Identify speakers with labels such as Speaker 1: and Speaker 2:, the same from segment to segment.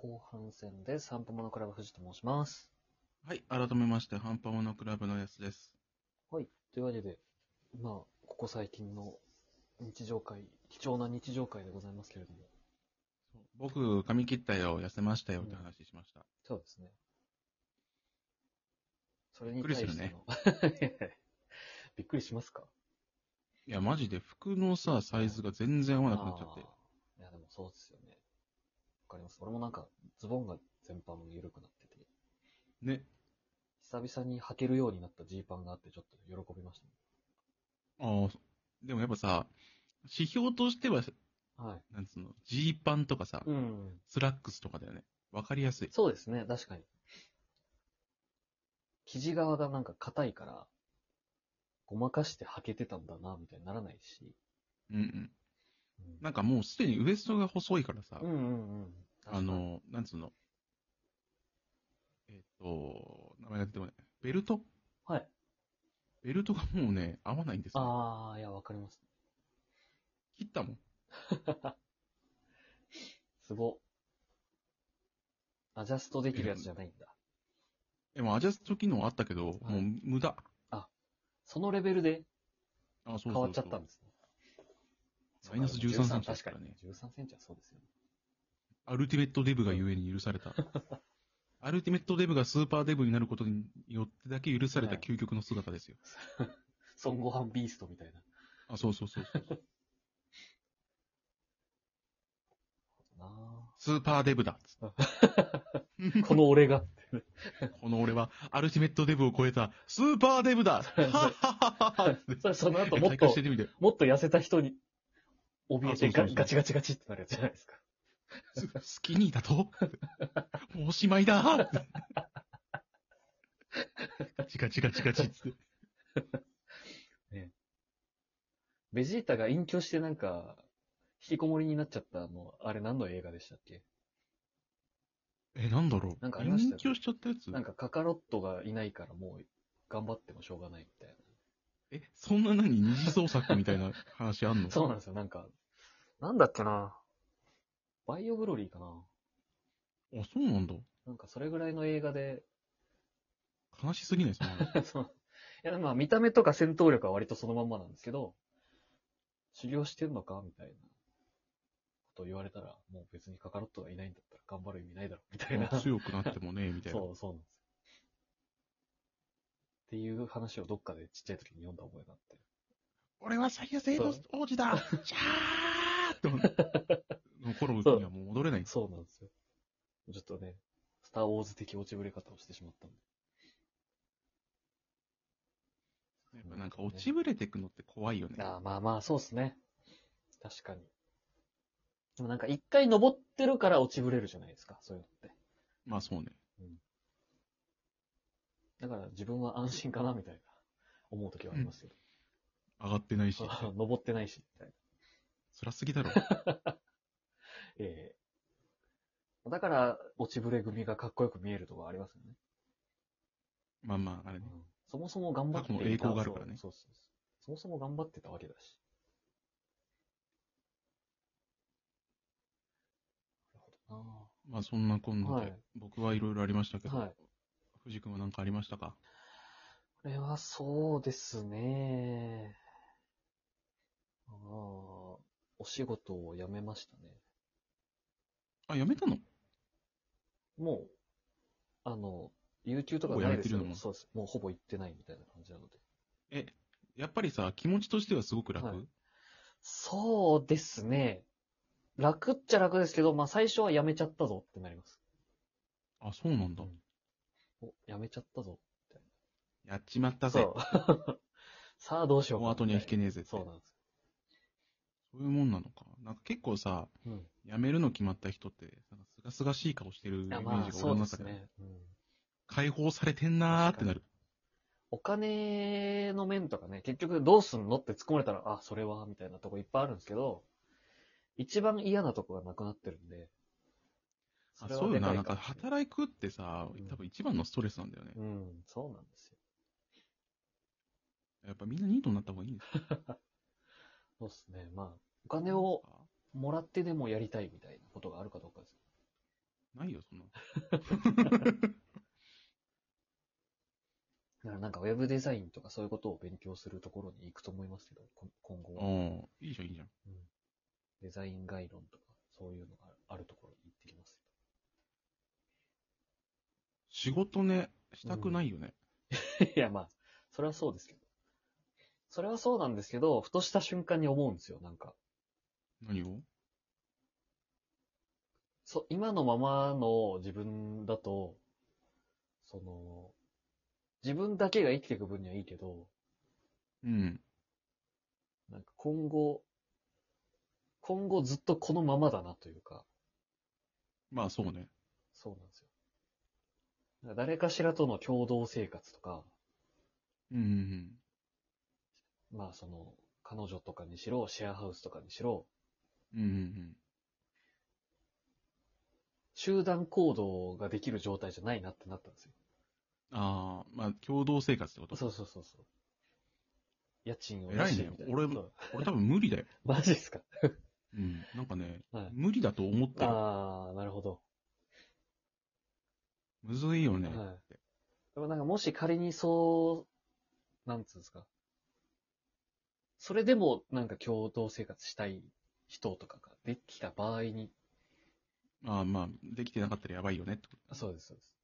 Speaker 1: 後半戦です。半端ものクラブ藤と申します。
Speaker 2: はい、改めまして、ハンパモノクラブのやつです。
Speaker 1: はい。というわけで、まあ、ここ最近の日常会、貴重な日常会でございますけれども。
Speaker 2: 僕、髪切ったよ、痩せましたよって話しました。
Speaker 1: そうですね。それに
Speaker 2: びっ
Speaker 1: 対
Speaker 2: くり
Speaker 1: し
Speaker 2: する
Speaker 1: て
Speaker 2: ね
Speaker 1: の。 びっくりしますか
Speaker 2: いや、マジで服のさ、サイズが全然合わなくなっちゃって。
Speaker 1: あーいや、でもそうですよね。わかります。俺もなんか、ズボンが全般緩くなってて、
Speaker 2: ね。
Speaker 1: 久々に履けるようになったジーパンがあって、ちょっと喜びまし
Speaker 2: ああ、そでもやっぱさ、指標としては、
Speaker 1: た、ね。はい。
Speaker 2: なんつうの、ジーパンとかさ、
Speaker 1: うん。
Speaker 2: スラックスとかだよね。わかりやすい。
Speaker 1: そうですね、確かに。生地側がなんか硬いから、ごまかして履けてたんだな、みたいにならないし。
Speaker 2: うんうん。
Speaker 1: うん
Speaker 2: なんかもうすでにウエストが細いからさ、
Speaker 1: うんうんうん。
Speaker 2: あ、の、なんつうの、えっ、と、名前が出てこない。ベルト
Speaker 1: はい。
Speaker 2: ベルトがもうね、合わないんですよ。
Speaker 1: あー、いや、わかります。
Speaker 2: 切ったもん。
Speaker 1: すごっ。アジャストできるやつじゃないんだ。
Speaker 2: でもアジャスト機能あったけど、
Speaker 1: はい
Speaker 2: もう無駄。
Speaker 1: そのレベルで
Speaker 2: あ、そうそうそう
Speaker 1: 変わっちゃったんですね。
Speaker 2: マイナス13センチです
Speaker 1: 確
Speaker 2: か
Speaker 1: からに
Speaker 2: ね。
Speaker 1: 13センチはそうですよね。
Speaker 2: アルティメットデブが故に許された。アルティメットデブがスーパーデブになることによってだけ許された
Speaker 1: はい
Speaker 2: 究極の姿ですよ。
Speaker 1: 孫悟飯ビーストみたいな。
Speaker 2: あ、そうそうそうそう。
Speaker 1: なあ
Speaker 2: スーパーデブだっつっ
Speaker 1: この俺が。
Speaker 2: て。この俺はアルティメットデブを超えたスーパーデブだはっはっはっはっつっ て
Speaker 1: それその後もっ
Speaker 2: 体感
Speaker 1: と
Speaker 2: してみて。
Speaker 1: もっと痩せた人に、怯えて
Speaker 2: あそうそ
Speaker 1: ガ
Speaker 2: うそう
Speaker 1: ガチガチガチってなるやつじゃない ですか。
Speaker 2: ススキニーだともうおしまい だってガチガチガチガチっつって。
Speaker 1: ベジータが隠居してなんか、引きこもりになっちゃった、もう、あれ何の映画でしたっけ
Speaker 2: え、なんだろう
Speaker 1: なんかありましたよね
Speaker 2: 隠居しちゃったやつ
Speaker 1: なんかカカロットがいないからもう、頑張ってもしょうがないみたい
Speaker 2: え、そんな何二次創作みたいな話あんの
Speaker 1: な。そうなんですよ、なんか。なんだっけなバイオブロリーかな
Speaker 2: あ、そうなんだ。
Speaker 1: なんかそれぐらいの映画で、
Speaker 2: 悲しすぎないその話
Speaker 1: そう。いや、まあ見た目とか戦闘力は割とそのまんまなんですけど、修行してんのかみたいなことを言われたら、もう別にカカロットがいないんだったら頑張る意味ないだろ、みたいな。
Speaker 2: 強くなってもね、みたいな。
Speaker 1: そう、そうなんですよ。っていう話をどっかでちっちゃい時に読んだ覚えがあって。
Speaker 2: 俺は最優性の王子だじゃーって思う。の頃にはもう戻れないんです。
Speaker 1: そうなんですよ。ちょっとね、スターウォーズ的落ちぶれ方をしてしまったんで。
Speaker 2: やっぱなんか落ちぶれてくのって怖いよね。
Speaker 1: ああ、まあまあ、そうっすね。確かに。でもなんか一回登ってるから落ちぶれるじゃないですか、そういうのって。
Speaker 2: まあそうね。
Speaker 1: だから自分は安心かな、みたいな、思う時はありますよ。
Speaker 2: 上がってないし。
Speaker 1: 登ってないし、みたいな。
Speaker 2: 辛すぎだろ。
Speaker 1: ええだから、落ちぶれ組がかっこよく見えるところありますよね。
Speaker 2: まあまあ、あれね。
Speaker 1: そもそも頑張っていた
Speaker 2: 過去の栄光があるからね
Speaker 1: そうそうそうそもそも頑張ってたわけだし。なるほ
Speaker 2: まあそんなこんなで、
Speaker 1: はい
Speaker 2: 僕はいろいろありましたけ
Speaker 1: ど
Speaker 2: ど、
Speaker 1: なはい。
Speaker 2: 藤君は何かありましたか
Speaker 1: これはそうですね。ああ、お仕事を辞めましたね。
Speaker 2: あ、やめたの
Speaker 1: もう、あの、有給とかないですけ
Speaker 2: ほぼ辞めてるの
Speaker 1: ど、
Speaker 2: も
Speaker 1: そうです。もうほぼ行ってないみたいな感じなので。
Speaker 2: え、やっぱりさ、気持ちとしてはすごく楽、
Speaker 1: はいそうですね。楽っちゃ楽ですけど、まあ最初は辞めちゃったぞってなります。
Speaker 2: あ、そうなんだ。
Speaker 1: お、辞めちゃったぞ。
Speaker 2: やっちまったぜ。
Speaker 1: そう。 さあどうしようか。
Speaker 2: もう後には引け
Speaker 1: ね
Speaker 2: ねえぜって。
Speaker 1: そうなんです
Speaker 2: そういうもんなのか。なんか結構さ、
Speaker 1: よ。うん。
Speaker 2: 辞めるの決まった人って、なんかすがすがしい顔してるイ
Speaker 1: い
Speaker 2: メ
Speaker 1: や、ま
Speaker 2: ー
Speaker 1: あ、
Speaker 2: ジが俺
Speaker 1: そう
Speaker 2: の
Speaker 1: で
Speaker 2: 中
Speaker 1: す
Speaker 2: で。
Speaker 1: ね、うん。
Speaker 2: 解放されてんなーってなる。
Speaker 1: お金の面とかね、結局どうすんのって突っ込まれたら、あ、それは、みたいなとこいっぱいあるんですけど、一番嫌なとこがなくなってるんで。
Speaker 2: あ
Speaker 1: れは
Speaker 2: そうよ
Speaker 1: で
Speaker 2: な。
Speaker 1: い
Speaker 2: なんか
Speaker 1: もしれい
Speaker 2: 働くってさ
Speaker 1: うん、
Speaker 2: 多分一番のストレスなんだよね。
Speaker 1: うん、そうなんですよ。
Speaker 2: やっぱみんなニートになった方がいいんですよ。
Speaker 1: そうですね。まあ、お金をもらってでもやりたいみたいなことがあるかどうかです。
Speaker 2: ないよ、そんな。
Speaker 1: だからなんかウェブデザインとかそういうことを勉強するところに行くと思いますけど、こ今後は
Speaker 2: ああ、いいじゃん、いいじゃん。
Speaker 1: デザイン概論とか、そういうのがあるあるところに行ってきます。
Speaker 2: 仕事ね、したくないよね。
Speaker 1: いや、まあ、それはそうですけど。それはそうなんですけど、ふとした瞬間に思うんですよ、なんか。
Speaker 2: 何を
Speaker 1: そう、今のままの自分だと、その、自分だけが生きていく分にはいいけど、
Speaker 2: うん。
Speaker 1: なんか今後、今後ずっとこのままだなというか、
Speaker 2: まあ、そうね。
Speaker 1: そうなんですよ。だから誰かしらとの共同生活とか、
Speaker 2: うんうんうん。
Speaker 1: まあその、彼女とかにしろ、シェアハウスとかにしろ、
Speaker 2: うんうんうん。
Speaker 1: 集団行動ができる状態じゃないなってなったんですよ。
Speaker 2: ああ、まあ、共同生活ってこと
Speaker 1: そうそうそうそう。家賃を
Speaker 2: 偉い
Speaker 1: 出
Speaker 2: ね
Speaker 1: してみたな
Speaker 2: 俺も
Speaker 1: そう
Speaker 2: 俺多分無理だよ。
Speaker 1: マジですか。
Speaker 2: うん。なんかね、
Speaker 1: はい
Speaker 2: 無理だと思ってる。
Speaker 1: ああ、なるほど。
Speaker 2: むずいよね。
Speaker 1: はい。でもなんかもし仮にそう、なんつうんですか。それでもなんか共同生活したい人とかができた場合に、
Speaker 2: ああ、まあ、できてなかったらやばいよねってこと。
Speaker 1: あそうです、そうです。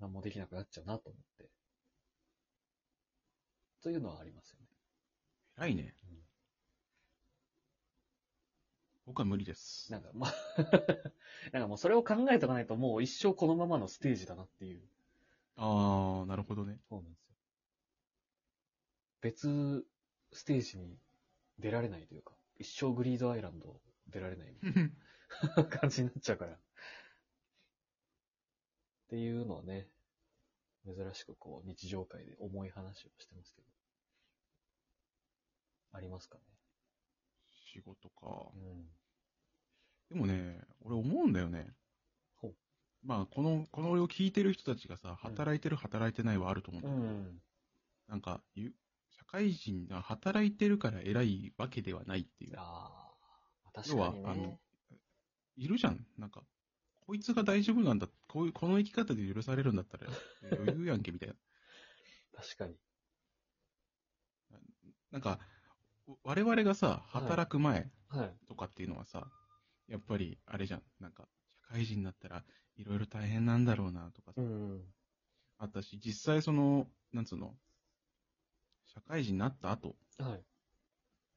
Speaker 1: 何もできなくなっちゃうなと思って。というのはありますよね。
Speaker 2: 偉いね。
Speaker 1: うん
Speaker 2: 僕は無理です。
Speaker 1: なんか、まあ、 なんかもうそれを考えておかないともう一生このままのステージだなっていう。
Speaker 2: ああ、なるほどね。
Speaker 1: そうなんですよ。別ステージに出られないというか、一生グリードアイランド出られないみたいな 感じになっちゃうから。っていうのはね、珍しくこう日常会で重い話をしてますけど。ありますかね。
Speaker 2: 仕事か。
Speaker 1: うん。
Speaker 2: でもね、俺思うんだよね
Speaker 1: ほう。
Speaker 2: まあ、この、この俺を聞いてる人たちがさ、働いてる、働いてないはあると思うんだ
Speaker 1: う
Speaker 2: けど、
Speaker 1: ん。
Speaker 2: なんか、ゆ社会人が働いてるから偉いわけではないっていう。
Speaker 1: ああ、確
Speaker 2: 要
Speaker 1: か
Speaker 2: は
Speaker 1: に、
Speaker 2: あ
Speaker 1: ね
Speaker 2: の。、いるじゃん。なんか、こいつが大丈夫なんだ。こういう、この生き方で許されるんだったら、余裕やんけ、みたいな。
Speaker 1: 確かに。
Speaker 2: なんか、我々がさ、
Speaker 1: はい
Speaker 2: 働く前、
Speaker 1: はい。
Speaker 2: とかっていうのはさ、やっぱりあれじゃん、なんか、社会人だったらいろいろ大変なんだろうなとかさ、
Speaker 1: うん。
Speaker 2: あったし、実際その、なんつうの、社会人になった後
Speaker 1: はい。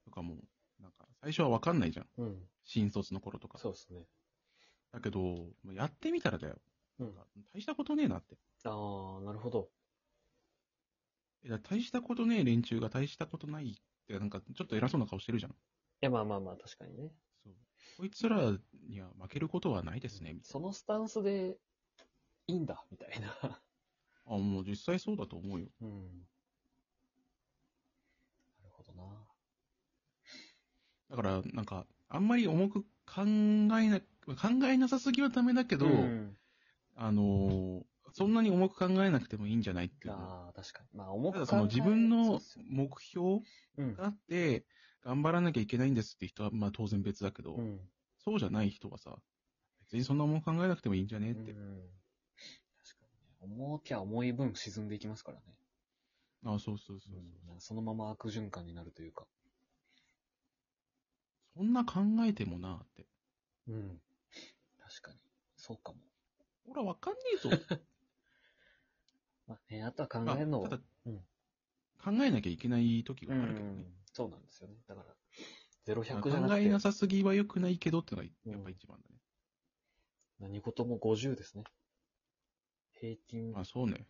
Speaker 2: とかも、なんか、最初はわかんないじゃん。
Speaker 1: うん。
Speaker 2: 新卒の頃とか。
Speaker 1: そうですね。
Speaker 2: だけど、やってみたらだよ。
Speaker 1: うん。
Speaker 2: 大したことねえなって。
Speaker 1: ああ、なるほど。
Speaker 2: えだ大したことねえ連中が大したことないって、なんか、ちょっと偉そうな顔してるじゃん。
Speaker 1: いや、まあまあまあ、確かにね。
Speaker 2: そう。こいつらには負けることはないですね、みたい
Speaker 1: そのスタンスで、いいんだ、みたいな。
Speaker 2: な。あ、もう実際そうだと思うよ。
Speaker 1: うん。なるほどな。
Speaker 2: だから、なんか、あんまり重く考えな、考えなさすぎはダメだけど、
Speaker 1: うん、
Speaker 2: あのーそんなに重く考えなくてもいいんじゃないっていうの。
Speaker 1: ああ、確かに。まあ、重
Speaker 2: た
Speaker 1: く
Speaker 2: だその
Speaker 1: 考え
Speaker 2: 自分
Speaker 1: そう
Speaker 2: の
Speaker 1: っすよ
Speaker 2: 目標
Speaker 1: うん。
Speaker 2: があって、頑張らなきゃいけないんですって人は、まあ当然別だけど、
Speaker 1: うん。
Speaker 2: そうじゃない人はさ、別にそんな重く考えなくてもいいんじゃね
Speaker 1: う
Speaker 2: っ
Speaker 1: ん確
Speaker 2: て。
Speaker 1: かにね。重きゃ重い分沈んでいきますからね。
Speaker 2: あそうそうそうそう、
Speaker 1: うんなんかそのまま悪循環になるというか。
Speaker 2: そんな考えてもなって。
Speaker 1: うん。確かに。そうかも。
Speaker 2: ほら、わかんねえぞ。
Speaker 1: まあね、あとは考
Speaker 2: あ
Speaker 1: えるのを
Speaker 2: ただ、
Speaker 1: うん
Speaker 2: 考えなきゃいけない時
Speaker 1: う
Speaker 2: があるけどね
Speaker 1: ん。。そうなんですよね。だから、ゼロ100じゃな
Speaker 2: 考
Speaker 1: く
Speaker 2: え
Speaker 1: て
Speaker 2: な、さすぎは良くないけどってのがやっぱ一番だね。
Speaker 1: 何事も50ですね。平均
Speaker 2: まあそうね。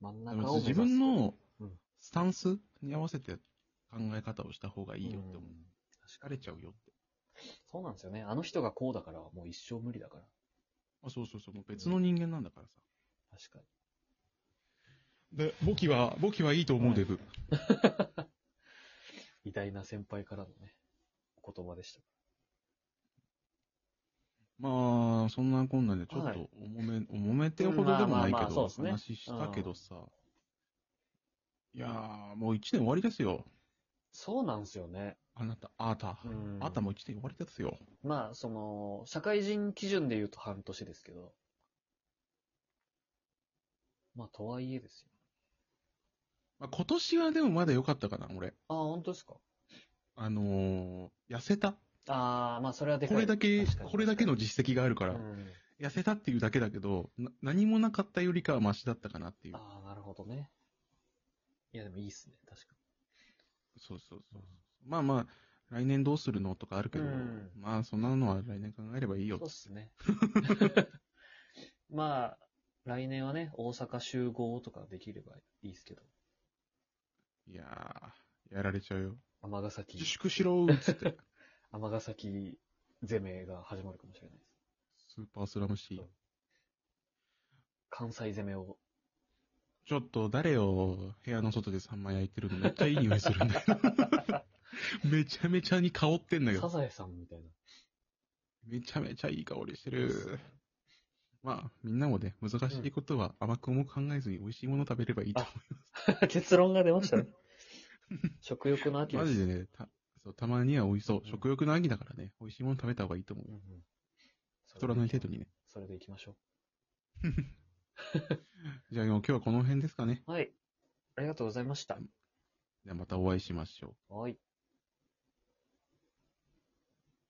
Speaker 1: 真ん
Speaker 2: で
Speaker 1: 中
Speaker 2: も
Speaker 1: を目指す
Speaker 2: 自分の
Speaker 1: うん
Speaker 2: スタンスに合わせて考え方をした方がいいよって思う。
Speaker 1: ん
Speaker 2: 疲れちゃうよって。
Speaker 1: そうなんですよね。あの人がこうだから、もう一生無理だから。
Speaker 2: あ、そうそうそう、もう別の人間なんだからさ。
Speaker 1: 確かに。
Speaker 2: で、簿記は、簿記はいいと
Speaker 1: 思う
Speaker 2: デブ。
Speaker 1: 偉大な先輩からのね、お言葉でした。
Speaker 2: まあ、そんなこんなでちょ
Speaker 1: は
Speaker 2: っ
Speaker 1: い
Speaker 2: と重め、重めってほどでもない
Speaker 1: まあまあ
Speaker 2: け
Speaker 1: まあそう
Speaker 2: ど、
Speaker 1: ですね
Speaker 2: 話したけどさ。いやー、もう一年終わりですよ。
Speaker 1: そうなんですよね。
Speaker 2: あなた、あなた、
Speaker 1: うん
Speaker 2: あなたもう一年終わりですよ。
Speaker 1: まあ、その、社会人基準で言うと半年ですけど。まあ、とはいえですよ。
Speaker 2: まあ、今年はでもまだ良かったかな、俺。
Speaker 1: ああ、本当ですか
Speaker 2: あのー痩せた。
Speaker 1: ああ、まあ、それはでか
Speaker 2: こ
Speaker 1: い。
Speaker 2: れだけ
Speaker 1: 確か、に
Speaker 2: これだけの実績があるか
Speaker 1: う
Speaker 2: ら、
Speaker 1: ん。
Speaker 2: 痩せたっていうだけだけど、な何もなかったよりかはマシだったかなっていう。
Speaker 1: ああ、なるほどね。いや、でもいいっすね、確か
Speaker 2: そうそうそう。まあまあ、来年どうするのとかあるけど、
Speaker 1: うん
Speaker 2: まあそんなのは来年考えればいいよ
Speaker 1: に。そうっすね。 まあ、来年はね、大阪集合とかできればいいっすけど。
Speaker 2: いやー、やられちゃうよ。
Speaker 1: 尼崎
Speaker 2: 自、粛しろーっつって。
Speaker 1: 尼崎攻めが始まるかもしれないです。
Speaker 2: スーパースラムシー。
Speaker 1: 関西攻めを。
Speaker 2: ちょっと誰を部屋の外で三枚焼いてるのめっちゃいい匂いする んだけど。めちゃめちゃに香ってんだけ
Speaker 1: サ
Speaker 2: ど。
Speaker 1: ザエさんみたいな。
Speaker 2: めちゃめちゃいい香りしてる。まあ、みんなもね、難しいことは甘くも考えずに美味しいもの食べればいいと 思
Speaker 1: 結論が出ました ね。食欲の秋
Speaker 2: う。
Speaker 1: で
Speaker 2: マ
Speaker 1: す。
Speaker 2: ジでね、たそうたまには美味しそうう。
Speaker 1: ん
Speaker 2: 食欲の秋だからね、美味しいもの食べた方がいいと思う
Speaker 1: うんう
Speaker 2: よ。
Speaker 1: ん
Speaker 2: 太らない程度にね。
Speaker 1: それでいきましょ
Speaker 2: じゃあもう今日はこの辺ですかね。
Speaker 1: う。はい。ありがとうございました。
Speaker 2: じゃあまたお会いしましょう。
Speaker 1: はい。